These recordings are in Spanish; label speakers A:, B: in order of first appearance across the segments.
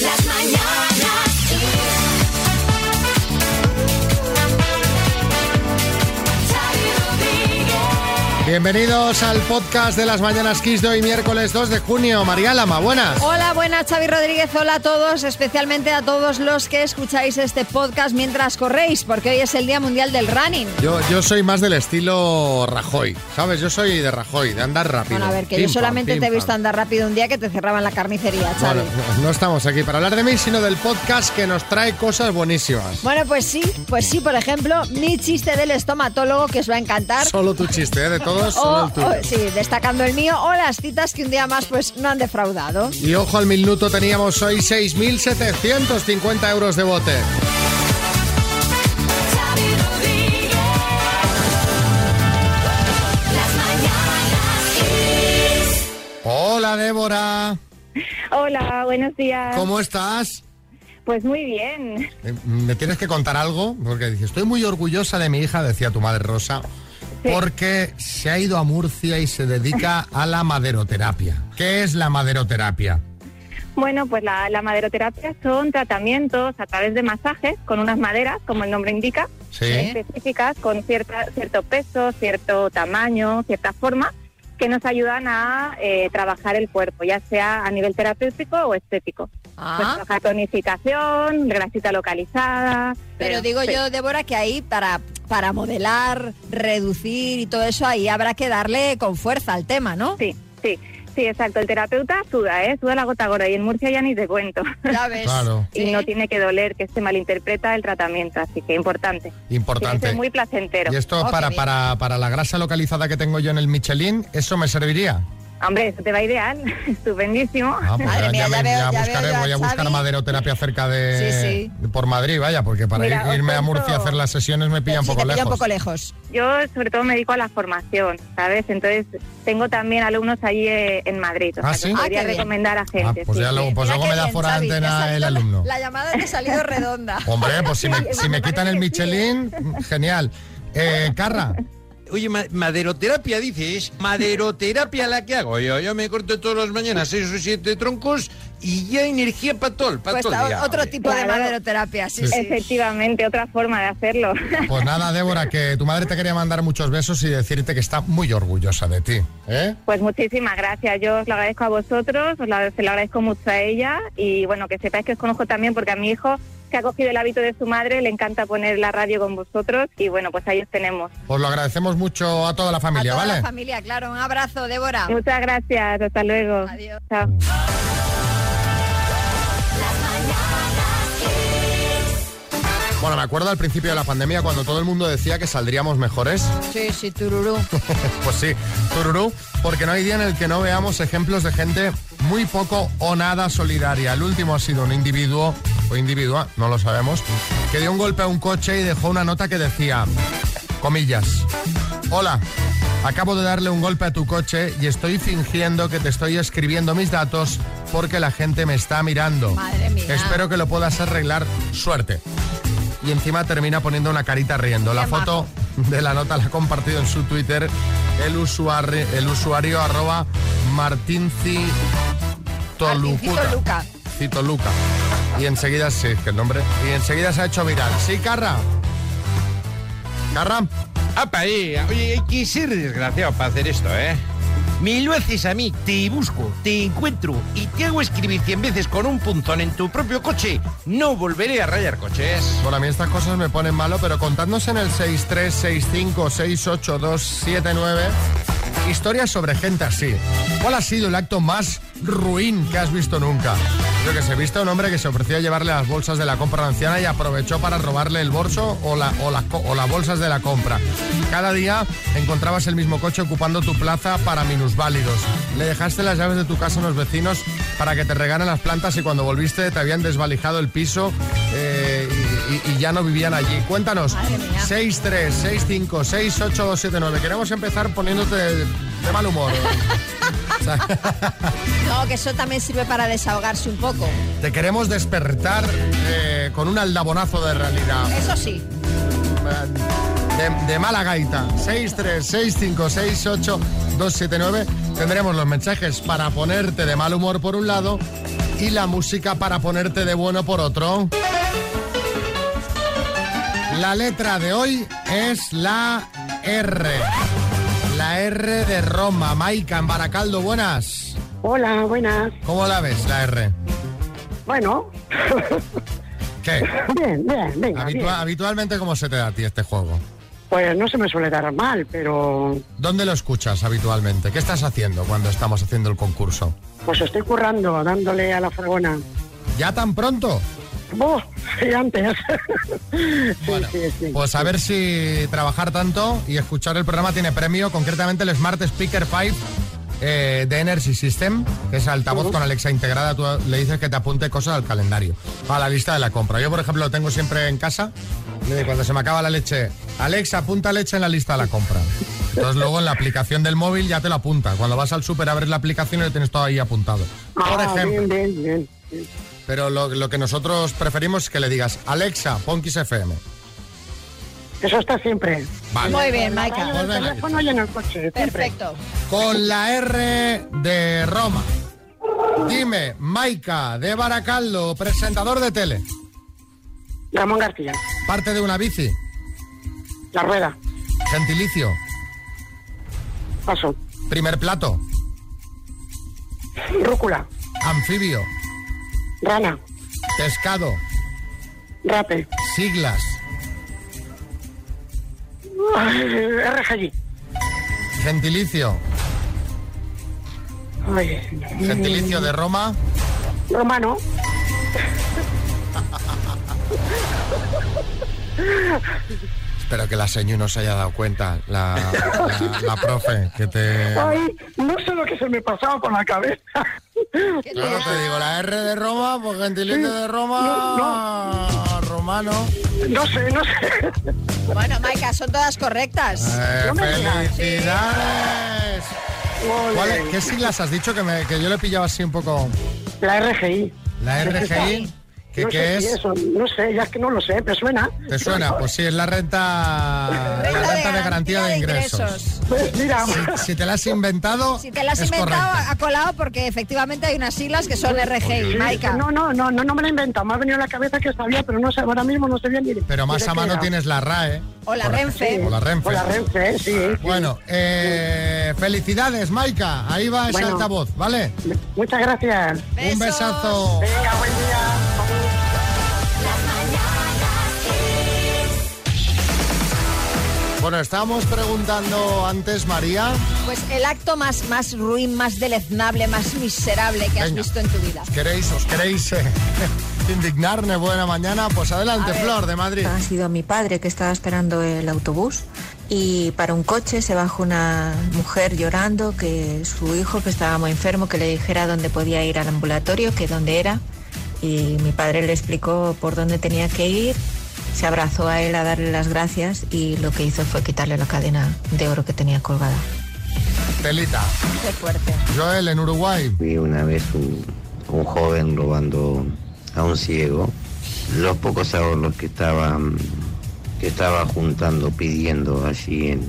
A: Las mañanas Kiss. Xavi Rodríguez.
B: Bienvenidos al podcast de las mañanas Kiss de hoy miércoles 2 de junio. María Lama, buenas.
C: Hola, buenas, Xavi Rodríguez. Hola a todos, especialmente a todos los que escucháis este podcast mientras corréis, porque hoy es el Día Mundial del Running.
B: Yo, yo soy más del estilo Rajoy, ¿sabes? Yo soy de Rajoy, de andar rápido.
C: Bueno, a ver, que
B: Pim,
C: yo solamente
B: pam,
C: te he
B: pim,
C: visto
B: pam.
C: andar rápido un día que te cerraban la carnicería, Xavi.
B: Bueno, no estamos aquí para hablar de mí, sino del podcast que nos trae cosas buenísimas.
C: Bueno, pues sí, pues sí, por ejemplo, mi chiste del estomatólogo que os va a encantar.
B: Solo tu chiste, ¿eh? de todos, solo
C: O,
B: el tuyo.
C: o- sí, destacando el mío, o las citas que un día más pues no han defraudado.
B: Y ojo al minuto, teníamos hoy 6.750 euros de bote.
A: Xavi Rodríguez. Las mañanas Kiss.
B: Hola Débora,
D: Hola, buenos días.
B: ¿cómo estás?
D: Pues muy bien.
B: Eh, ¿Me tienes que contar algo? Porque dice, estoy muy orgullosa de mi hija, decía tu madre Rosa, porque se ha ido a Murcia y se dedica a la maderoterapia. ¿Qué es la maderoterapia?
D: Bueno, pues la, la maderoterapia son tratamientos a través de masajes con unas maderas, como el nombre indica,
C: ¿Eh?
B: Sí.
D: específicas con cierta, cierto peso, cierto tamaño, cierta forma, que nos ayudan a eh, trabajar el cuerpo, ya sea a nivel terapéutico o estético. Pues
C: Ah,
D: trabajar tonificación, grasita localizada.
C: pero
D: eh,
C: digo
D: sí.
C: yo, Débora, que ahí para, para modelar, reducir y todo eso, ahí habrá que darle con fuerza al tema, ¿no?
D: Sí, sí, sí, exacto. El terapeuta suda, ¿eh? Suda la gota gorda y en Murcia ya ni te cuento.
C: Ya ves.
B: Claro.
D: y no tiene que doler que se malinterpreta el tratamiento, así que importante. Tiene que
B: Importante.
D: ser muy placentero.
B: Y esto
C: Oh, qué
B: para,
C: bien.
B: para, para la grasa localizada que tengo yo en el Michelin, ¿eso me serviría?
D: Hombre, eso te va ideal, estupendísimo.
B: Ah, pues
C: Madre
B: ya,
C: mía,
B: me-
C: ya
B: ya
C: veo- ya veo
B: buscaré,
C: yo a
B: voy a buscar
C: Xavi.
B: maderoterapia cerca de
C: Sí,
B: por Madrid, vaya, porque para
D: Mira,
B: ir-
D: os
B: irme a
D: cuento-
B: Murcia a hacer las sesiones me pilla un
C: Sí,
B: poco
C: te pilla
B: lejos.
C: un poco lejos.
D: Yo sobre todo me dedico a la formación, ¿sabes? Entonces tengo también alumnos allí eh, en Madrid, o sea,
B: Ah, ¿sí?
D: que os
C: Ah,
D: podría
C: qué bien.
D: recomendar a
B: Ah,
D: gente.
B: pues
D: sí,
B: ya
D: sí.
B: luego, pues
C: Mira
B: luego
C: qué
B: me da
C: bien,
B: fuera
C: Xavi,
B: de
C: te ha
B: antena
C: salido
B: el
C: la-
B: alumno.
C: La, llamada te ha salido redonda.
B: Hombre, pues si
D: Sí,
B: me, si me
D: parece
B: quitan el
D: que sí.
B: Michelin, genial. Eh, Carra,
E: Oye, ma- maderoterapia, dices. Maderoterapia la que hago. Yo, yo me corto todas las mañanas seis o siete troncos y ya energía para todo, para
C: Pues
E: todo el
C: o-
E: día,
C: otro
E: hombre.
C: tipo de
D: Claro.
C: maderoterapia, sí,
B: Sí.
C: sí.
D: Efectivamente, otra forma de hacerlo.
B: pues nada, Débora, que tu madre te quería mandar muchos besos y decirte que está muy orgullosa de ti. ¿eh?
D: Pues muchísimas gracias, yo os lo agradezco a vosotros, os la- se lo agradezco mucho a ella y bueno, que sepáis que os conozco también porque a mi hijo que ha cogido el hábito de su madre, le encanta poner la radio con vosotros y bueno, pues ahí os tenemos.
B: Os lo agradecemos mucho a toda la
C: A
B: familia,
C: toda
B: ¿vale?
C: la familia, claro. Un abrazo, Débora.
D: Muchas gracias, hasta luego.
C: Adiós.
D: Chao.
B: Bueno, me acuerdo al principio de la pandemia cuando todo el mundo decía que saldríamos mejores.
C: Sí, sí, tururú.
B: pues sí, tururú, porque no hay día en el que no veamos ejemplos de gente muy poco o nada solidaria. El último ha sido un individuo o individua, no lo sabemos, que dio un golpe a un coche y dejó una nota que decía, comillas, hola. Acabo de darle un golpe a tu coche y estoy fingiendo que te estoy escribiendo mis datos porque la gente me está mirando.
C: Madre mía.
B: Espero que lo puedas arreglar. Suerte y encima termina poniendo una carita riendo. La
C: Qué
B: foto de la nota la ha compartido en su Twitter el usuario, el usuario arroba Martinci Toluca.
C: Martincito Luca.
B: Cito Luca. Y enseguida, sí, que el nombre. Y enseguida se ha hecho viral. Sí, Carra. Carra.
E: Apa, ahí. Oye, hay que ser desgraciado para hacer esto, ¿eh? Me lo haces a mí, te busco, te encuentro y te hago escribir cien veces con un punzón en tu propio coche. No volveré a rayar coches.
B: Bueno, a mí estas cosas me ponen malo, pero contadnos en el 636568279 historias sobre gente así. ¿Cuál ha sido el acto más ruin que has visto nunca? Yo que sé, ¿viste a un hombre que se ofreció a llevarle las bolsas de la compra a la anciana y aprovechó para robarle el bolso o, la- o las co- o las bolsas de la compra? Cada día encontrabas el mismo coche ocupando tu plaza para minusválidos. Le dejaste las llaves de tu casa a los vecinos para que te regaran las plantas y cuando volviste te habían desvalijado el piso eh, y, y- y ya no vivían allí. Cuéntanos.
C: Madre mía.
B: 636568279. Queremos empezar poniéndote de, de mal humor. O sea,
C: No, que eso también sirve para desahogarse un poco.
B: te queremos despertar eh, con un aldabonazo de realidad.
C: Eso sí.
B: de, de mala gaita. 636568279. Tendremos los mensajes para ponerte de mal humor por un lado y la música para ponerte de bueno por otro. La letra de hoy es la R. La R de Roma. Maica, en Baracaldo, buenas.
F: Hola, buenas.
B: ¿Cómo la ves, la R?
F: Bueno,
B: ¿Qué?
F: bien, bien, venga,
B: Habitua-
F: bien.
B: habitualmente, ¿cómo se te da a ti este juego?
F: Pues no se me suele dar mal, pero
B: ¿Dónde lo escuchas habitualmente? ¿Qué estás haciendo cuando estamos haciendo el concurso?
F: pues estoy currando, dándole a la fregona.
B: ¿Ya tan pronto?
F: ¡Buf! Y antes. sí,
B: Bueno,
F: sí, sí.
B: Pues a ver si trabajar tanto y escuchar el programa tiene premio, concretamente el Smart Speaker 5 eh, de Energy System, que es altavoz con Alexa integrada. Tú le dices que te apunte cosas al calendario, a la lista de la compra. Yo, por ejemplo, lo tengo siempre en casa. y Cuando se me acaba la leche, Alexa, apunta leche en la lista de la compra. Entonces luego en la aplicación del móvil ya te lo apunta. Cuando vas al súper abres la aplicación y lo tienes todo ahí apuntado. Por
F: Ah,
B: ejemplo.
F: bien, bien, bien. bien.
B: Pero lo, lo que nosotros preferimos es que le digas, Alexa, pon Kiss FM.
F: Eso está siempre.
B: Vale.
C: Muy bien,
F: En
C: Maika.
B: Pues
F: el
B: venga.
F: teléfono y en el coche. siempre.
C: Perfecto.
B: con la R de Roma. Dime, Maika de Baracaldo, presentador de tele,
F: Ramón García.
B: parte de una bici,
F: La rueda.
B: gentilicio,
F: Paso.
B: primer plato,
F: Rúcula.
B: anfibio,
F: Rana.
B: pescado,
F: Rape.
B: siglas,
F: RGI.
B: gentilicio,
F: Ay,
B: gentilicio de Roma,
F: Romano.
B: espero que la señu no se haya dado cuenta, la, la- la profe, que te...
F: Ay, no sé lo que se me pasaba por la cabeza.
B: Claro, te digo, la R de Roma, pues gentilicio de Roma, romano.
F: No sé, no sé.
C: Bueno, Maika, son todas correctas.
B: Eh,
F: No me digas.
B: ¡Felicidades! ¿Cuál es-
F: Ole.
B: ¿Qué siglas has dicho que, me- que yo le pillaba así un poco
F: La RGI.
B: la RGI? ¿Qué,
F: no
B: qué
F: sé si
B: es?
F: eso, no sé, ya es que no lo sé, pero suena.
B: ¿Te suena? Pues sí, es la renta, la renta de garantía de ingresos.
F: Pues mira,
B: Si, si te la has inventado,
C: Si te la has
B: es
C: inventado,
B: correcta.
C: ha colado porque efectivamente hay unas siglas que son
F: sí,
C: RGI, Maika.
F: no, no, no, no, no me la he inventado. Me ha venido a la cabeza que sabía, pero no sé, ahora mismo no sé bien ni.
B: Pero
F: ni
B: más
F: de
B: a
F: qué
B: mano
F: era.
B: tienes la RAE.
C: O la
B: Correcto.
C: Renfe.
B: O la Renfe.
F: O la Renfe, eh, sí.
B: Bueno, eh, felicidades, Maika. Ahí va esa
F: Bueno.
B: altavoz, ¿vale?
F: Muchas gracias.
B: Un
C: Besos.
B: besazo.
F: Venga, buen día.
B: Bueno, estábamos preguntando antes, María.
C: Pues el acto más, más ruin, más deleznable, más miserable que has
B: Venga.
C: visto en tu vida.
B: ¿Os queréis, os queréis eh, indignarme? Buena mañana. Pues adelante,
C: A ver. Ah.
B: Flor de Madrid.
G: Ha sido mi padre que estaba esperando el autobús y para un coche se bajó una mujer llorando que su hijo que estaba muy enfermo que le dijera dónde podía ir al ambulatorio, que dónde era y mi padre le explicó por dónde tenía que ir. Se abrazó a él a darle las gracias y lo que hizo fue quitarle la cadena de oro que tenía colgada.
B: Telita.
C: Qué fuerte.
B: Joel en Uruguay.
H: Vi una vez un, un joven robando a un ciego. Los pocos ahorros que estaban que estaba juntando, pidiendo allí en,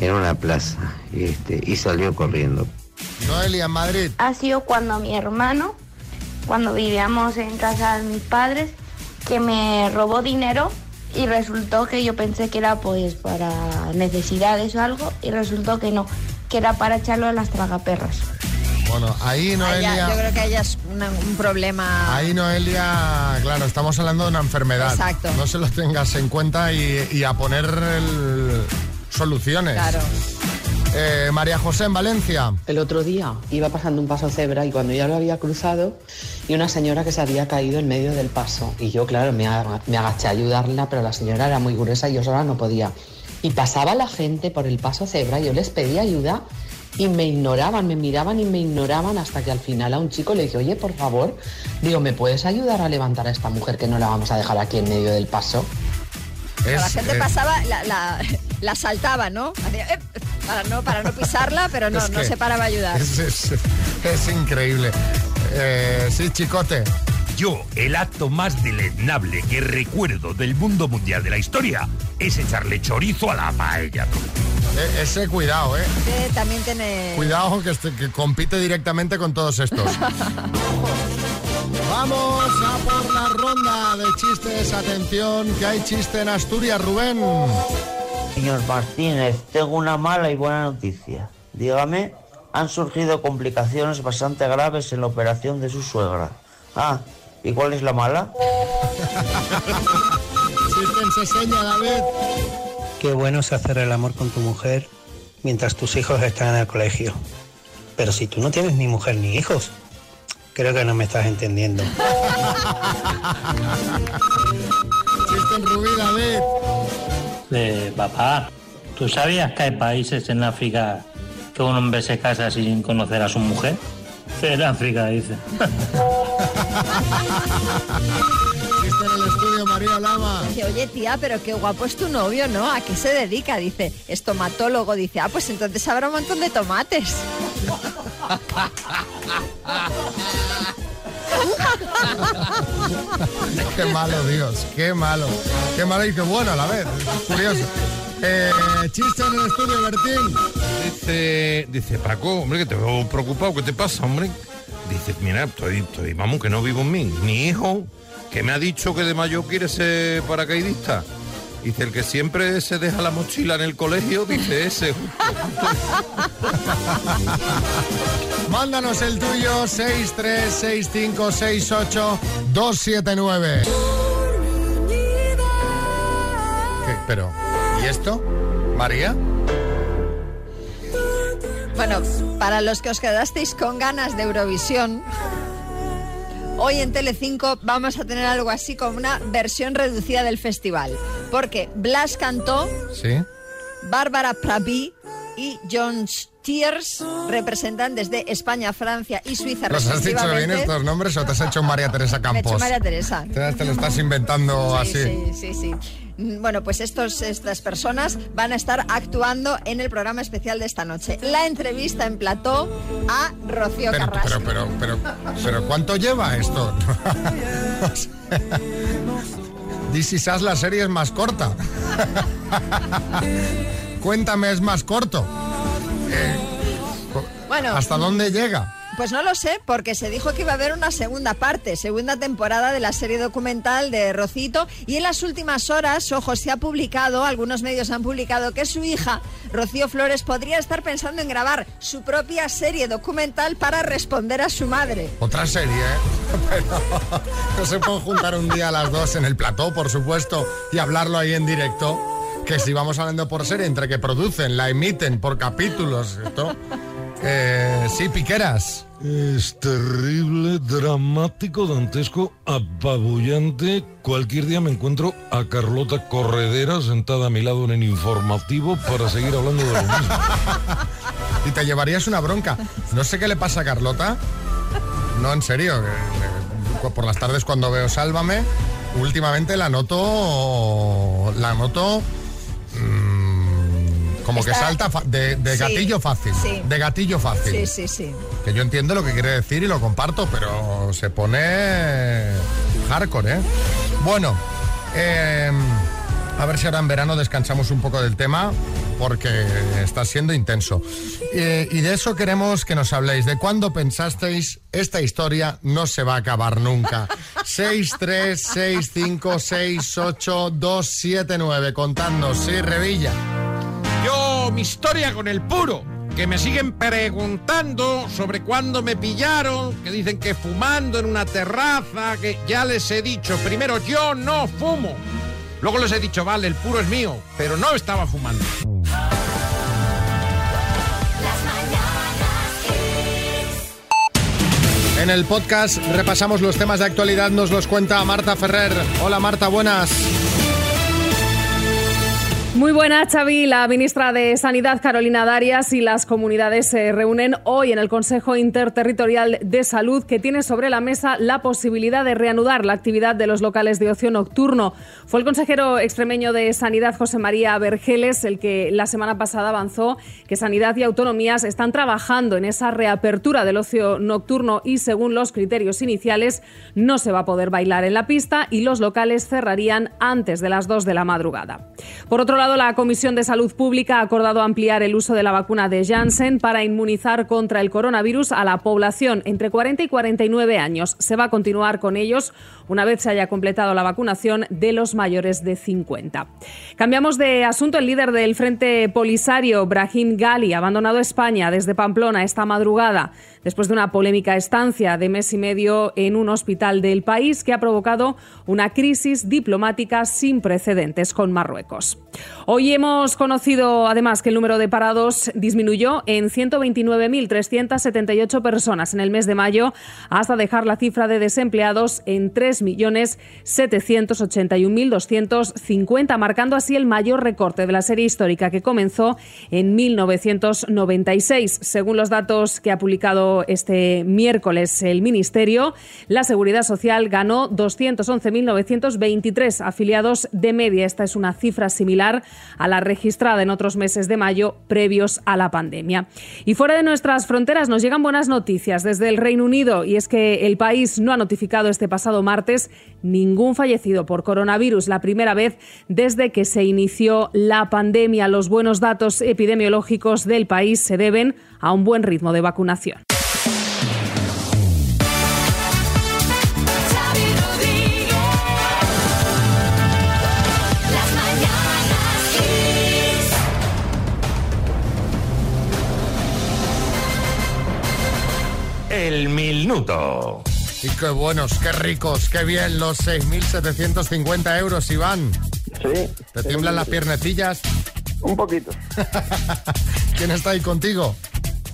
H: en una plaza, este, y salió corriendo.
B: Noelia en Madrid.
I: ha sido cuando mi hermano, cuando vivíamos en casa de mis padres, que me robó dinero y resultó que yo pensé que era pues para necesidades o algo y resultó que no, que era para echarlo a las tragaperras.
B: Bueno, ahí
C: Ah, ya, yo
B: Noelia.
C: creo que ahí es una- un problema.
B: Ahí Noelia, claro, estamos hablando de una enfermedad.
C: Exacto.
B: No se lo tengas en cuenta y, y a poner el- soluciones.
C: Claro.
B: Eh, María José en Valencia.
J: El otro día iba pasando un paso cebra y cuando ya lo había cruzado, y una señora que se había caído en medio del paso. Y yo, claro, me, aga- me agaché a ayudarla, pero la señora era muy gruesa y yo sola no podía. Y pasaba la gente por el paso cebra, yo les pedía ayuda y me ignoraban, me miraban y me ignoraban hasta que al final a un chico le dije, oye, por favor, digo, ¿me puedes ayudar a levantar a esta mujer que no la vamos a dejar aquí en medio del paso?
C: Pero la
B: Es,
C: gente
B: eh,
C: pasaba, la, la, la saltaba, ¿no? Hacía, "Eh", para no para no pisarla, pero no,
B: es
C: no
B: que
C: se paraba a ayudar.
B: Es, es- es increíble. Eh, sí, chicote.
K: Yo, el acto más deleznable que recuerdo del mundo mundial de la historia es echarle chorizo a la paella.
B: Eh, ese cuidado, ¿eh?
C: Este también tiene...
B: Cuidado que, este- que compite directamente con todos estos. Vamos a por la ronda de chistes. Atención, que hay chiste en Asturias, Rubén.
L: Señor Martínez, tengo una mala y buena noticia. Dígame, han surgido complicaciones bastante graves en la operación de su suegra. Ah, ¿y cuál es la mala?
B: Chiste en Seseña, David.
M: Qué bueno es hacer el amor con tu mujer mientras tus hijos están en el colegio. Pero si tú no tienes ni mujer ni hijos, creo que no me estás entendiendo.
B: Chiste en Rubí, David.
N: Eh, papá, ¿tú sabías que hay países en África que un hombre se casa sin conocer a su mujer? En África, dice.
B: Chiste en el estudio, María Lama.
C: Dice, oye tía, pero qué guapo es tu novio, ¿no? ¿A qué se dedica? Dice, es tomatólogo. Dice, ah, pues entonces habrá un montón de tomates.
B: Qué malo, Dios, qué malo. Qué malo y qué bueno a la vez. Curioso. Eh, chiste en el estudio, Bertín.
E: Dice, dice Paco, hombre, que te veo preocupado, ¿qué te pasa, hombre? Dice, mira, estoy, estoy, vamos, que no vivo en mí. Mi hijo, que me ha dicho que de mayor quiere ser paracaidista. Dice, el que siempre se deja la mochila en el colegio, dice ese.
B: Mándanos el tuyo 636568279. ¿Qué? Pero, ¿y esto? ¿María?
C: Bueno, para los que os quedasteis con ganas de Eurovisión, hoy en Telecinco vamos a tener algo así como una versión reducida del festival. Porque Blas cantó,
B: Sí.
C: Bárbara Pravi y John Stiers, representantes de España, Francia y Suiza,
B: ¿Los has dicho bien
C: respectivamente.
B: estos nombres o te has hecho María Teresa
C: Me ha hecho
B: Campos?
C: María Teresa.
B: Te, te lo estás inventando
C: Sí,
B: así.
C: Sí, sí, sí. Mm, Bueno, pues estos, estas personas van a estar actuando en el programa especial de esta noche. La entrevista en plató a Rocío
B: Pero,
C: Carrasco.
B: pero, pero, pero, pero, ¿cuánto lleva esto? O sea, This Is Us, la serie es más corta. Cuéntame, es más corto. Eh,
C: Bueno,
B: ¿Hasta dónde llega?
C: pues no lo sé, porque se dijo que iba a haber una segunda parte, segunda temporada de la serie documental de Rocito. Y en las últimas horas, ojo, se ha publicado, algunos medios han publicado que su hija, Rocío Flores, podría estar pensando en grabar su propia serie documental para responder a su madre.
B: Otra serie, ¿eh? Pero no se pueden juntar un día a las dos en el plató, por supuesto, y hablarlo ahí en directo. Que si vamos hablando por serie, entre que producen, la emiten por capítulos, esto. Eh, sí, Piqueras.
O: Es terrible, dramático, dantesco, apabullante. Cualquier día me encuentro a Carlota Corredera sentada a mi lado en el informativo para seguir hablando de lo mismo.
B: Y te llevarías una bronca. No sé qué le pasa a Carlota. No, en serio. eh, eh, Por las tardes cuando veo Sálvame, últimamente la noto. La noto. mm, como que
C: Está-
B: salta fa- de, de
C: Sí,
B: gatillo fácil.
C: sí.
B: De gatillo fácil.
C: Sí, sí, sí.
B: Que yo entiendo lo que quiere decir y lo comparto, pero se pone hardcore, ¿eh? Bueno, eh, a ver si ahora en verano descansamos un poco del tema, porque está siendo intenso. Eh, y de eso queremos que nos habléis, de cuándo pensasteis esta historia no se va a acabar nunca. 636568279, contando, sí, Revilla.
E: Yo, mi historia con el puro, que me siguen preguntando sobre cuándo me pillaron, que dicen que fumando en una terraza, que ya les he dicho, primero yo no fumo. Luego les he dicho, vale, el puro es mío, pero no estaba fumando.
B: En el podcast repasamos los temas de actualidad, nos los cuenta Marta Ferrer. Hola Marta, buenas.
P: Muy buenas, Xavi. La ministra de Sanidad, Carolina Darias, y las comunidades se reúnen hoy en el Consejo Interterritorial de Salud, que tiene sobre la mesa la posibilidad de reanudar la actividad de los locales de ocio nocturno. Fue el consejero extremeño de Sanidad, José María Vergeles, el que la semana pasada avanzó que Sanidad y autonomías están trabajando en esa reapertura del ocio nocturno y, según los criterios iniciales, no se va a poder bailar en la pista y los locales cerrarían antes de las 2 de la madrugada. Por otro lado, sábado la Comisión de Salud Pública ha acordado ampliar el uso de la vacuna de Janssen para inmunizar contra el coronavirus a la población entre 40 y 49 años. Se va a continuar con ellos una vez se haya completado la vacunación de los mayores de 50. Cambiamos de asunto. El líder del Frente Polisario, Brahim Gali, ha abandonado España desde Pamplona esta madrugada después de una polémica estancia de mes y medio en un hospital del país que ha provocado una crisis diplomática sin precedentes con Marruecos. Hoy hemos conocido además que el número de parados disminuyó en 129.378 personas en el mes de mayo hasta dejar la cifra de desempleados en 3.781.250, marcando así el mayor recorte de la serie histórica que comenzó en 1996. Según los datos que ha publicado este miércoles el Ministerio, la Seguridad Social ganó 211.923 afiliados de media. Esta es una cifra similar a la registrada en otros meses de mayo previos a la pandemia. Y fuera de nuestras fronteras nos llegan buenas noticias desde el Reino Unido y es que el país no ha notificado este pasado martes ningún fallecido por coronavirus, la primera vez desde que se inició la pandemia. Los buenos datos epidemiológicos del país se deben a un buen ritmo de vacunación.
A: Xavi Rodríguez. Las mañanas Kiss.
B: El minuto. Y qué buenos, qué ricos, qué bien los 6.750 euros, Iván. Sí. ¿Te tiemblan las piernecillas? Un poquito. ¿Quién está ahí contigo?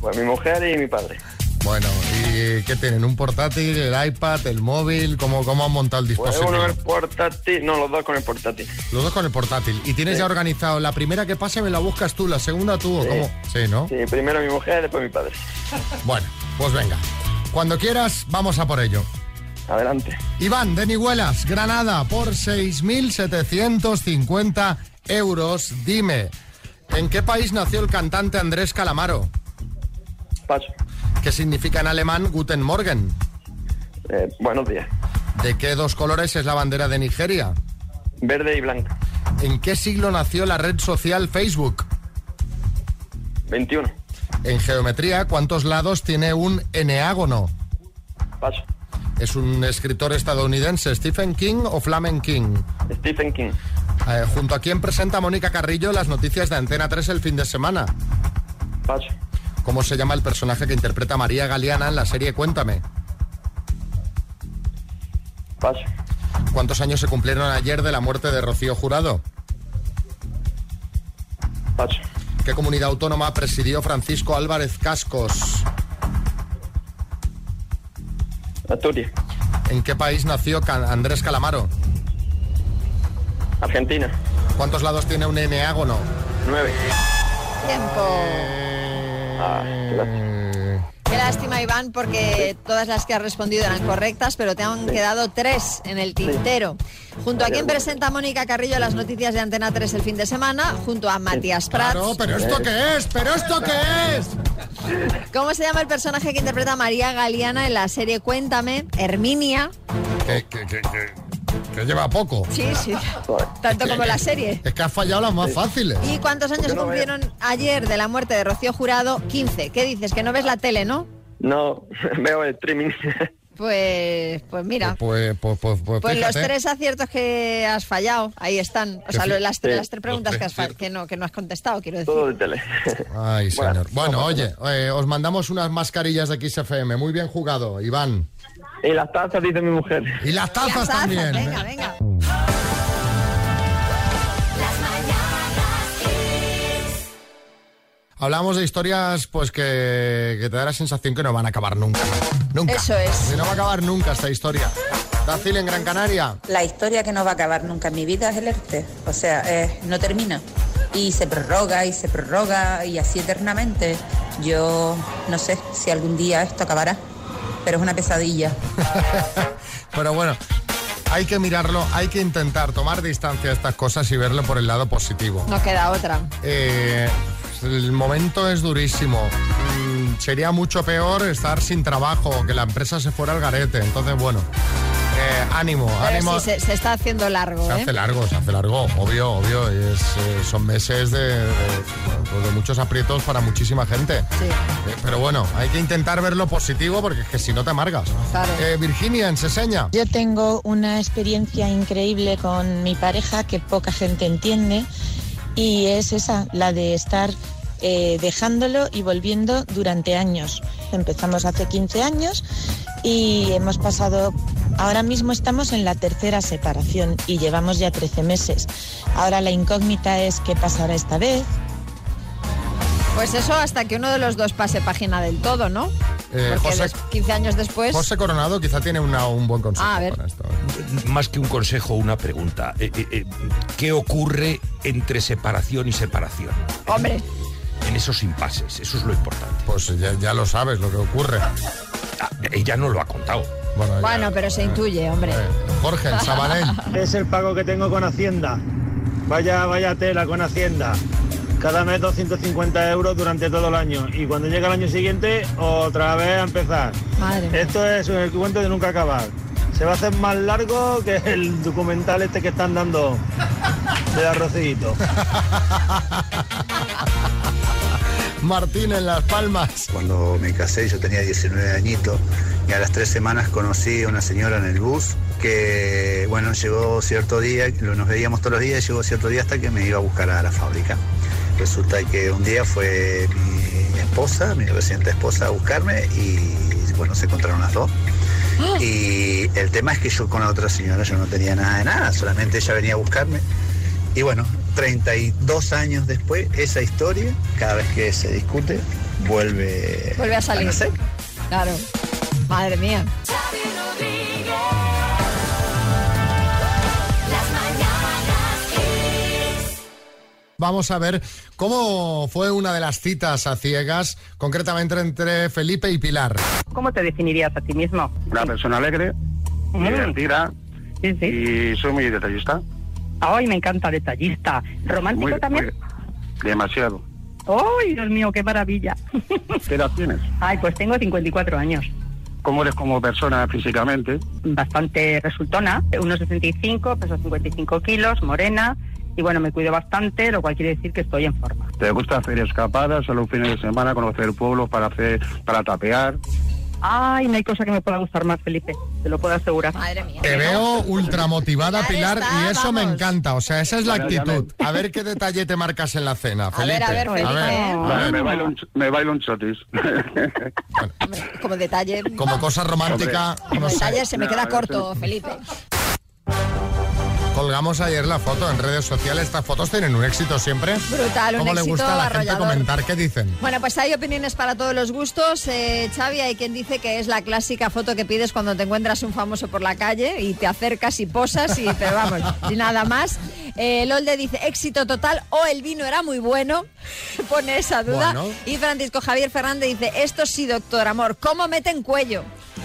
Q: Pues mi mujer y mi padre.
B: Bueno, ¿y qué tienen? ¿Un portátil, el iPad, el móvil? ¿Cómo, cómo han montado el
Q: Pues
B: dispositivo?
Q: uno con el portátil, no, los dos con el portátil.
B: Los dos con el portátil. ¿Y tienes
Q: Sí.
B: ya organizado? La primera que pase me la buscas tú, la segunda tú o
Q: Sí.
B: cómo? Sí, ¿no?
Q: Sí, primero mi mujer, después mi padre.
B: Bueno, pues venga. Cuando quieras, vamos a por ello.
Q: Adelante.
B: Iván de Nihuelas, Granada, por 6.750 euros. Dime, ¿en qué país nació el cantante Andrés Calamaro?
Q: Paso.
B: ¿Qué significa en alemán Guten Morgen?
Q: Eh, buenos días.
B: ¿De qué dos colores es la bandera de Nigeria?
Q: Verde y blanco.
B: ¿En qué siglo nació la red social Facebook?
Q: 21.
B: En geometría, ¿cuántos lados tiene un eneágono?
Q: Paso.
B: ¿Es un escritor estadounidense, Stephen King o Flamen King?
Q: Stephen King.
B: Eh, ¿Junto a quién presenta Mónica Carrillo las noticias de Antena 3 el fin de semana?
Q: Paso.
B: ¿Cómo se llama el personaje que interpreta María Galeana en la serie Cuéntame?
Q: Paso.
B: ¿Cuántos años se cumplieron ayer de la muerte de Rocío Jurado?
Q: Paso.
B: ¿Qué comunidad autónoma presidió Francisco Álvarez Cascos?
Q: Asturias.
B: ¿En qué país nació Can- Andrés Calamaro?
Q: Argentina.
B: ¿Cuántos lados tiene un eneágono?
Q: 9.
C: Tiempo. Qué lástima, Iván, porque todas las que has respondido eran correctas, pero te han quedado tres en el tintero. Junto a quien presenta Mónica Carrillo las noticias de Antena 3 el fin de semana, junto a Matías Prats.
B: Claro, pero ¿esto qué es? ¿Pero esto qué es?
C: ¿Cómo se llama el personaje que interpreta María Galeana en la serie Cuéntame? Herminia.
B: Que, que- que- que- que lleva poco.
C: Sí, sí. Tanto como la serie.
B: Es que has fallado las más fáciles.
C: ¿Y cuántos años cumplieron ayer de la muerte de Rocío Jurado? 15. ¿Qué dices? Que no ves la tele, ¿no?
Q: No, veo el streaming.
C: Pues, pues mira.
B: Pues, pues, pues, pues,
C: Pues los
B: fíjate.
C: tres aciertos que has fallado, ahí están. O
B: Que
C: sea,
B: sí.
C: lo- las, tres,
B: Sí.
C: las tres preguntas
B: Los
C: que,
B: tres
C: has fa- que, no, que no has contestado, quiero decir.
Q: Todo de tele.
B: Ay, señor. Bueno, oye, eh, os mandamos unas mascarillas de XFM. Muy bien jugado, Iván.
Q: Y las tazas, dice mi mujer.
B: Y las tazas
C: Las tazas,
B: también. ¿eh?
C: Venga, venga.
B: Hablamos de historias pues que, que te da la sensación que no van a acabar nunca. Nunca. Eso es. no va a acabar nunca esta historia. Dacil en Gran Canaria.
R: La historia que no va a acabar nunca en mi vida es el ERTE. O sea, eh, no termina. Y se prorroga y se prorroga y así eternamente. Yo no sé si algún día esto acabará, pero es una pesadilla.
B: Pero bueno, hay que mirarlo, hay que intentar tomar distancia a estas cosas y verlo por el lado positivo.
C: No queda otra.
B: Eh, el momento es durísimo. Mm, Sería mucho peor estar sin trabajo, que la empresa se fuera al garete. Entonces, bueno, Eh, ánimo,
C: Pero
B: ánimo.
C: sí, se, se está haciendo largo,
B: Se
C: ¿eh?
B: hace largo, se hace largo, obvio, obvio. Es, eh, son meses de, de- pues de muchos aprietos para muchísima gente. Eh, pero bueno, hay que intentar ver lo positivo porque es que si no te amargas. Eh, Virginia, en Seseña.
S: Yo tengo una experiencia increíble con mi pareja que poca gente entiende y es esa, la de estar eh, dejándolo y volviendo durante años. Empezamos hace 15 años y hemos pasado, ahora mismo estamos en la tercera separación y llevamos ya 13 meses. Ahora la incógnita es qué pasará esta vez.
C: Pues eso hasta que uno de los dos pase página del todo, ¿no?
B: Eh,
C: Porque
B: José,
C: des- 15 años después...
B: José Coronado quizá tiene una- un buen consejo.
C: Ah, a ver.
B: para esto. ¿eh?
K: Más que un consejo, una pregunta. Eh, eh, eh, ¿Qué ocurre entre separación y separación?
C: Hombre.
K: En esos impases, eso es lo importante.
B: Pues ya, ya lo sabes lo que ocurre.
E: Ah,
K: ella no lo ha contado.
B: Bueno,
C: Bueno, pero se intuye, hombre.
B: Eh. Jorge, en Sabadell.
T: Es el pago que tengo con Hacienda. Vaya, vaya tela con Hacienda. Cada mes 250 euros durante todo el año. Y cuando llega el año siguiente, otra vez a empezar.
B: Eh.
T: Esto es el cuento de nunca acabar. Se va a hacer más largo que el documental este que están dando de arrocito.
B: Martín en Las Palmas.
U: Cuando me casé yo tenía 19 añitos y a las tres semanas conocí a una señora en el bus que, bueno, llegó cierto día, lo- nos veíamos todos los días, llegó cierto día hasta que me iba a buscar a la fábrica. Resulta que un día fue mi esposa, mi reciente esposa, a buscarme y, bueno, se encontraron las dos.
C: ¡Ah!
U: Y el tema es que yo con la otra señora yo no tenía nada de nada, solamente ella venía a buscarme. Y bueno, 32 años después, esa historia, cada vez que se discute, vuelve,
C: Vuelve a salir.
U: nacer.
C: Claro. Madre mía.
B: Vamos a ver cómo fue una de las citas a ciegas, concretamente entre Felipe y Pilar.
V: ¿Cómo te definirías a ti mismo?
W: Una persona alegre, divertida y soy muy detallista.
V: Ay, me encanta detallista. ¿Romántico
W: Muy-
V: también?
W: Demasiado.
V: Ay, Dios mío, qué maravilla.
W: ¿Qué edad tienes?
V: Ay, pues tengo 54 años.
W: ¿Cómo eres como persona físicamente?
V: Bastante resultona, unos 65, peso 55 kilos, morena. Y bueno, me cuido bastante, lo cual quiere decir que estoy en forma.
W: ¿Te gusta hacer escapadas a los fines de semana, conocer pueblos para hacer, para tapear?
V: Ay, no hay cosa que me pueda gustar más, Felipe. Te lo puedo asegurar.
C: Madre mía.
B: Te veo ultramotivada, Pilar, y eso me encanta. O sea, esa es la
W: Bueno, ya
B: actitud. A ver qué detalle te marcas en la cena,
C: A ver,
B: Felipe.
C: a ver, Felipe.
V: Ah.
W: Vale, me, bailo un, ch- me bailo un chotis.
C: Como detalle...
B: Como cosa romántica,
C: Como
B: no sé.
C: detalle se me queda
B: No,
C: corto, Felipe.
B: Colgamos ayer la foto en redes sociales. Estas fotos tienen un éxito siempre.
C: Brutal, un
B: ¿Cómo le
C: éxito
B: gusta a la gente
C: arrollador.
B: comentar qué dicen?
C: Bueno, pues hay opiniones para todos los gustos. Eh, Xavi, hay quien dice que es la clásica foto que pides cuando te encuentras un famoso por la calle y te acercas y posas, y, pero vamos, y nada más. Eh, Lolde dice éxito total o el vino era muy bueno, pone esa duda.
B: Bueno.
C: Y Francisco Javier Fernández dice esto sí, doctor amor, ¿cómo meten cuello?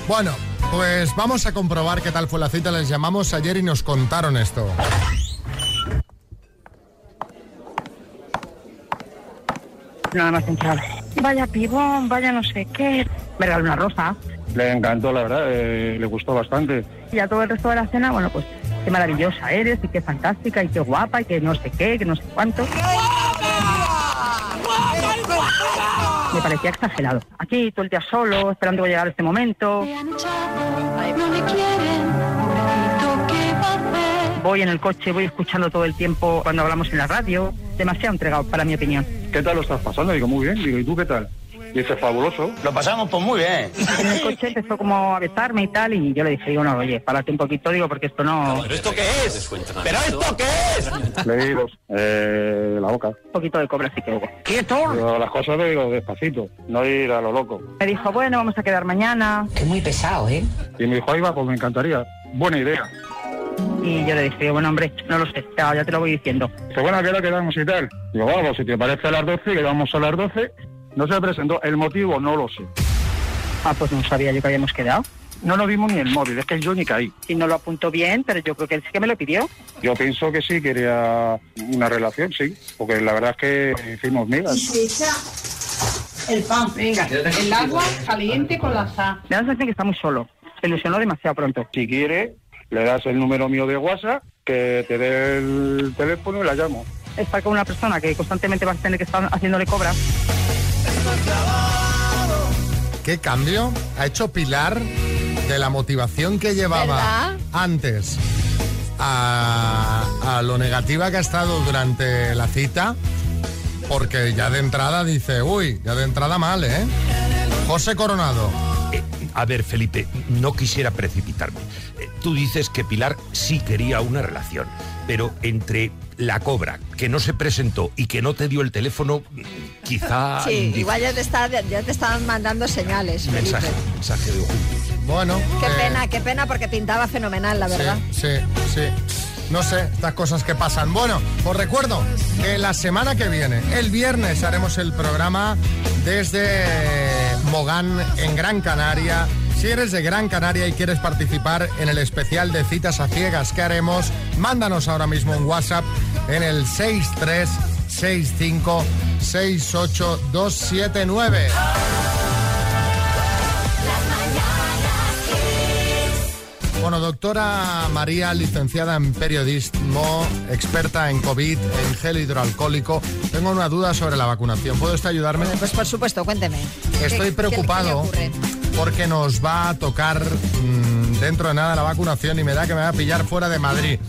B: Bueno, pues vamos a comprobar qué tal fue la cita. Les llamamos ayer y nos contaron esto.
V: Nada más pensar. Vaya pibón, vaya no sé qué. Me regaló una rosa.
W: Le encantó, la verdad, eh, le gustó bastante.
V: Y a todo el resto de la cena, bueno, pues qué maravillosa eres y qué fantástica y qué guapa y que no sé qué, que no sé cuánto. Me parecía exagerado. Aquí todo el día solo, esperando que llegara este
A: No
V: momento.
A: me quieren, necesito que volver.
V: Voy en el coche, voy escuchando todo el tiempo cuando hablamos en la radio. Demasiado entregado, para mi opinión.
W: ¿Qué tal lo estás pasando? Digo, muy bien. Digo, ¿y tú qué tal? Dice, fabuloso. Lo pasamos pues muy bien.
V: En el coche empezó como a besarme y tal, y yo le dije, digo, no, oye, párate un poquito, digo, porque esto no...
W: esto qué es? ¿Pero esto qué es? Le digo, eh, la boca. Un
V: poquito de cobra sí que hubo.
W: Pero las cosas le digo despacito, no ir a lo loco.
V: Me dijo, bueno, vamos a quedar mañana. Es muy pesado, ¿eh?
W: Y me dijo, ahí va, pues me encantaría. Buena idea.
V: Y yo le dije, bueno, hombre, no lo sé, ya, ya te lo voy diciendo.
W: Dice, bueno, ¿a qué hora quedamos y tal? Digo, vamos, si te parece a las 12, quedamos a las 12. No se presentó. El motivo no lo sé.
V: Ah, pues no sabía yo que habíamos quedado.
W: No nos vimos ni el móvil, es que yo ni caí.
V: Si no lo apunto bien, pero yo creo que él sí que me lo pidió.
W: Yo pienso que sí, quería una relación, sí. Porque la verdad es que hicimos migas.
V: El pan, venga.
W: El agua ¿eh?
V: caliente con la sal. Me da la sensación que está muy solo. Se ilusionó demasiado pronto.
W: Si quiere, le das el número mío de WhatsApp, que te dé el teléfono y la llamo.
V: Estar con una persona que constantemente vas a tener que estar haciéndole cobras.
B: ¿Qué cambio ha hecho Pilar de la motivación que llevaba
C: ¿Verdad?
B: antes a, a lo negativa que ha estado durante la cita? Porque ya de entrada dice, uy, ya de entrada mal, ¿eh? José Coronado.
K: Eh, A ver, Felipe, no quisiera precipitarme. Eh, Tú dices que Pilar sí quería una relación, pero entre la cobra, que no se presentó y que no te dio el teléfono, mm,
B: Ah,
K: quizá...
C: sí,
K: indica-
C: igual ya te, está, ya te estaban mandando señales. Felipe.
K: Mensaje, mensaje de
B: Bueno.
C: Qué
B: eh,
C: pena, qué pena, porque pintaba fenomenal, la verdad.
B: Sí, sí. No sé, estas cosas que pasan. Bueno, os recuerdo que la semana que viene, el viernes, haremos el programa desde Mogán, en Gran Canaria. Si eres de Gran Canaria y quieres participar en el especial de citas a ciegas que haremos, mándanos ahora mismo un WhatsApp en el 636568279. Bueno, doctora María, licenciada en periodismo, experta en COVID, en gel hidroalcohólico. Tengo una duda sobre la vacunación. ¿Puede usted ayudarme?
C: Pues por supuesto, cuénteme. pues, ¿Qué- qué-
B: Estoy
C: qué le
B: preocupado
C: ocurre?
B: porque nos va a tocar mm, dentro de nada la vacunación y me da que me va a pillar fuera de Madrid.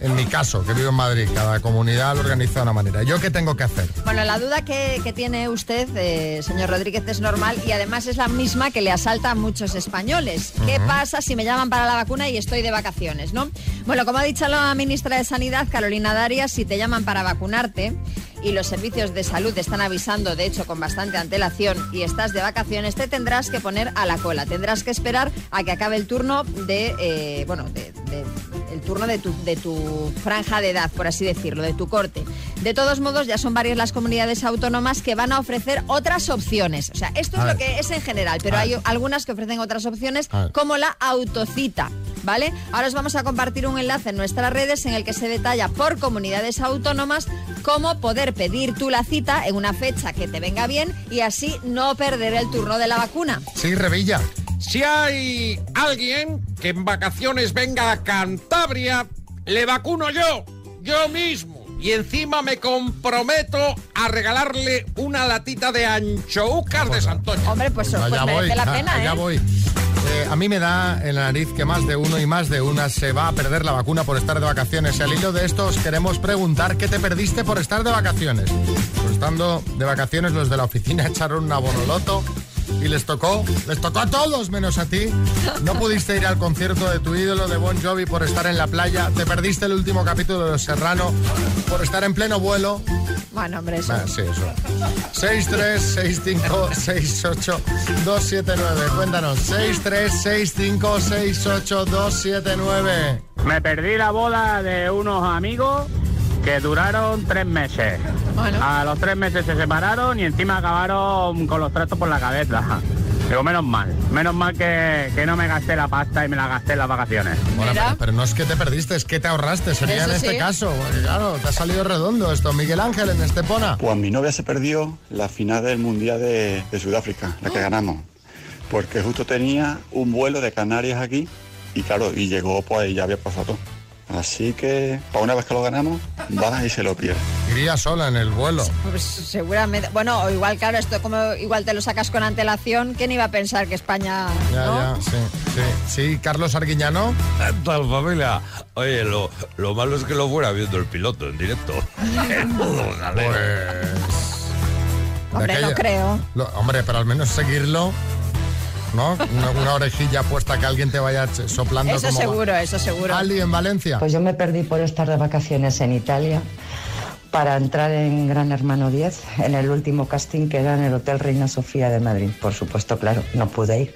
B: En mi caso, que vivo en Madrid, cada comunidad lo organiza de una manera. ¿Yo qué tengo que hacer?
C: Bueno, la duda que, que tiene usted, eh, señor Rodríguez, es normal y además es la misma que le asalta a muchos españoles. ¿Qué
D: Ujú.
C: pasa si me llaman para la vacuna y estoy de vacaciones, no? Bueno, como ha dicho la ministra de Sanidad, Carolina Darias, si te llaman para vacunarte y los servicios de salud te están avisando, de hecho, con bastante antelación y estás de vacaciones, te tendrás que poner a la cola. Tendrás que esperar a que acabe el turno de, eh, bueno, de- de, el turno de tu, de tu franja de edad, por así decirlo, de tu corte. De todos modos, ya son varias las comunidades autónomas que van a ofrecer otras opciones. O sea, esto
D: A
C: es
D: ver.
C: lo que es en general, pero
D: A
C: hay
D: ver.
C: algunas que ofrecen otras opciones,
B: Ah.
D: A ver.
C: como la autocita. ¿Vale? Ahora os vamos a compartir un enlace en nuestras redes en el que se detalla por comunidades autónomas cómo poder pedir tú la cita en una fecha que te venga bien y así no perder el turno de la vacuna.
B: Sí, Revilla.
E: Si hay alguien que en vacaciones venga a Cantabria, le vacuno yo, yo mismo. Y encima me comprometo a regalarle una latita de anchoucas de Santoña.
C: Hombre, pues,
B: Allá Ah, voy, a-
C: ¿eh?
B: allá voy. Eh, a mí me da en la nariz que más de uno y más de una se va a perder la vacuna por estar de vacaciones. Y al hilo de esto os queremos preguntar qué te perdiste por estar de vacaciones. Por estando de vacaciones los de la oficina echaron una bonoloto y les tocó, les tocó a todos menos a ti. No pudiste ir al concierto de tu ídolo de Bon Jovi por estar en la playa. Te perdiste el último capítulo de Los Serrano por estar en pleno vuelo.
C: Bueno, hombre, eso.
B: Ah, sí, eso. 636568279. Cuéntanos. 636568279.
F: Me perdí la boda de unos amigos que duraron tres meses.
B: Ah.
F: A los tres meses se separaron y encima acabaron con los tratos por la cabeza. Digo, menos mal, menos mal que, que no me gasté la pasta y me la gasté en las vacaciones.
B: Bueno, pero, pero no es que te perdiste, es que te ahorraste. Sería
F: Eso
B: en este
F: sí.
B: caso. Porque, claro, te ha salido redondo esto. Miguel Ángel en Estepona.
G: Pues mi novia se perdió la final del Mundial de, de Sudáfrica, la que ganamos, porque justo tenía un vuelo de Canarias aquí y claro, y llegó pues y ya había pasado todo. Así que para una vez que lo ganamos, va y se lo pierde.
B: Iría sola en el vuelo.
C: Pues seguramente. Bueno, o igual, claro, esto como igual te lo sacas con antelación, ¿quién iba a pensar que España.
B: Ya,
C: ¿no?
B: ya, sí, sí. Sí, Carlos Arguiñano.
K: Tal familia. Oye, lo, lo malo es que lo fuera viendo el piloto en directo.
C: Hombre, no
B: aquella-
C: creo.
B: pues, Lo- hombre, pero al menos seguirlo. ¿No? Una, una orejilla puesta que alguien te vaya ch- soplando
C: Eso
B: como va.
C: seguro, eso seguro.
B: Ali en Valencia.
X: Pues yo me perdí por estar de vacaciones en Italia para entrar en Gran Hermano 10 en el último casting que era en el Hotel Reina Sofía de Madrid. Por supuesto, claro, no pude ir.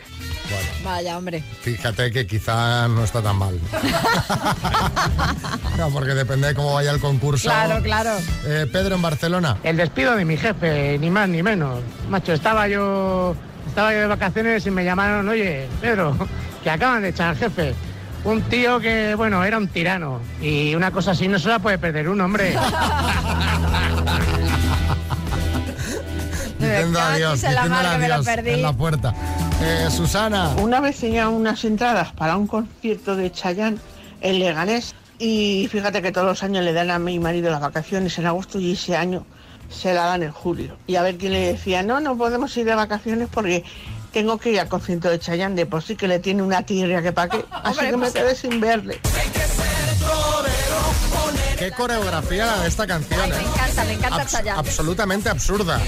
C: Vaya, hombre.
B: Fíjate que quizá no está tan mal. No, porque depende de cómo vaya el concurso.
F: Claro, claro.
B: Eh, Pedro en Barcelona.
F: El despido de mi jefe, ni más ni menos. Macho, estaba yo, estaba yo de vacaciones y me llamaron, oye, Pedro, que acaban de echar al jefe. Un tío que, bueno, era un tirano. Y una cosa así no se la puede perder un hombre.
B: Diciendo
F: cago en
B: adiós,
F: se la
B: diciéndole
F: mar, que me lo
B: adiós
F: perdí.
B: en la puerta. Eh, Susana.
D: Una vez tenía unas entradas para un concierto de Chayanne en Leganés y fíjate que todos los años le dan a mi marido las vacaciones en agosto y ese año se la dan en julio. Y a ver quién le decía, no, no podemos ir de vacaciones porque tengo que ir al concierto de Chayanne de por sí que le tiene una tirria que pa' qué. Así
B: Hombre,
D: que me
B: pues-
D: quedé sin verle.
B: Qué coreografía la de esta canción. ¿eh?
C: Me encanta, me encanta Chayanne.
B: Absolutamente absurda.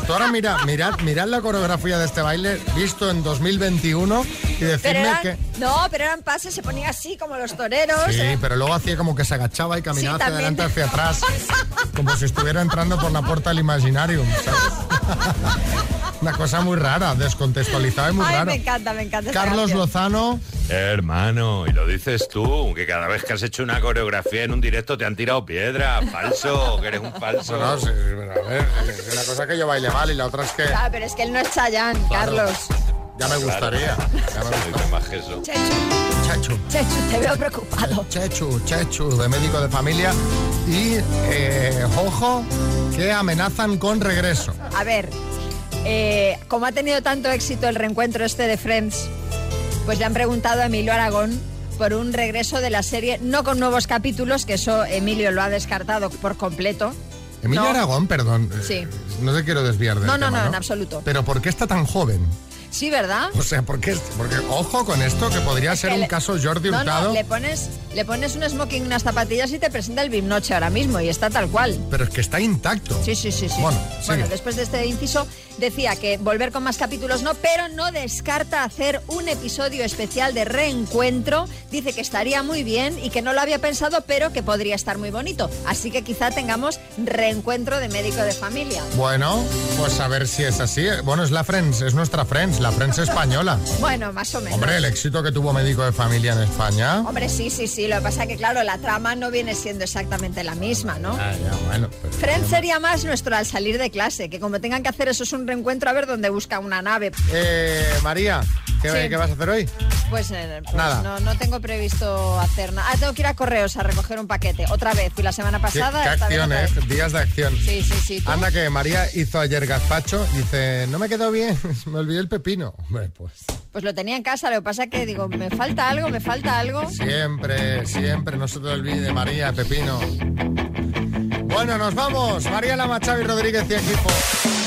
B: Doctora, mira, mirad, mirad la coreografía de este baile visto en 2021 y
C: Pero
B: decidme
C: eran-
B: que...
C: No, pero eran pases, se ponía así como los toreros.
B: Sí,
C: eran-
B: pero luego hacía como que se agachaba y caminaba
C: Sí,
B: hacia
C: también.
B: adelante, hacia atrás, como si estuviera entrando por la puerta del Imaginarium, ¿sabes? Una cosa muy rara, descontextualizada y muy
C: Ay,
B: rara.
C: me encanta, me encanta. esta
B: Carlos
C: canción.
B: Lozano,
K: Hermano, y lo dices tú, que cada vez que has hecho una coreografía en un directo te han tirado piedra. Falso, que eres un falso.
B: Bueno, sí, pero a ver, eh, es una cosa que yo baile mal y la otra es que
C: Ah, pero es que él no es Chayanne, Carlos.
B: ya me gustaría. Ya me
K: gustaría.
B: Chechu.
C: Chechu, te veo preocupado.
B: Chechu, Chechu, de médico de familia. Y, eh, ojo, que amenazan con regreso.
C: A ver, eh, como ha tenido tanto éxito el reencuentro este de Friends, pues le han preguntado a Emilio Aragón por un regreso de la serie, no con nuevos capítulos, que eso Emilio lo ha descartado por completo.
B: Emilio
C: No.
B: Aragón, perdón, eh,
C: Sí.
B: no te quiero desviar del
C: No, no,
B: tema,
C: no, en absoluto.
B: Pero ¿por qué está tan joven?
C: Sí, ¿verdad?
B: O sea, ¿por qué? Porque ojo con esto, que podría ser
C: que
B: un
C: le-
B: caso Jordi
C: No,
B: Hurtado.
C: no, le pones, le pones un smoking, unas zapatillas y te presenta el Bimnoche ahora mismo y está tal cual.
B: Pero es que está intacto.
C: Sí, sí, sí, sí.
B: Bueno,
C: Bueno,
B: sigue.
C: después de este inciso decía que volver con más capítulos no, pero no descarta hacer un episodio especial de reencuentro. Dice que estaría muy bien y que no lo había pensado, pero que podría estar muy bonito. Así que quizá tengamos reencuentro de médico de familia.
B: Bueno, pues a ver si es así. Bueno, es la Friends, es nuestra Friends, la Friends española.
C: Bueno, más o menos.
B: Hombre, el éxito que tuvo médico de familia en España.
C: Hombre, sí, sí, sí. Lo que pasa es que, claro, la trama no viene siendo exactamente la misma, ¿no?
B: Ah, ya, bueno. pero-
C: Friends sería más nuestro al salir de clase, que como tengan que hacer eso es un reencuentro a ver dónde busca una nave.
B: Eh, María, ¿qué,
C: Sí.
B: qué vas a hacer hoy?
C: Pues, eh, pues
B: Nada.
C: No, no tengo previsto hacer nada. Ah, tengo que ir a correos a recoger un paquete. Otra vez, fui la semana
B: ¿Qué,
C: pasada.
B: qué
C: esta vez
B: acción,
C: otra
B: eh?
C: vez.
B: Días de acción.
C: Sí, sí, sí. ¿tú?
B: Anda que María hizo ayer gazpacho, dice, no me quedó bien, me olvidé el pepino. Hombre, pues
C: Pues lo tenía en casa, lo que pasa que digo, me falta algo, me falta algo.
B: siempre, siempre, no se te olvide María, pepino. Bueno, nos vamos. María Lama, Xavi Rodríguez y equipo.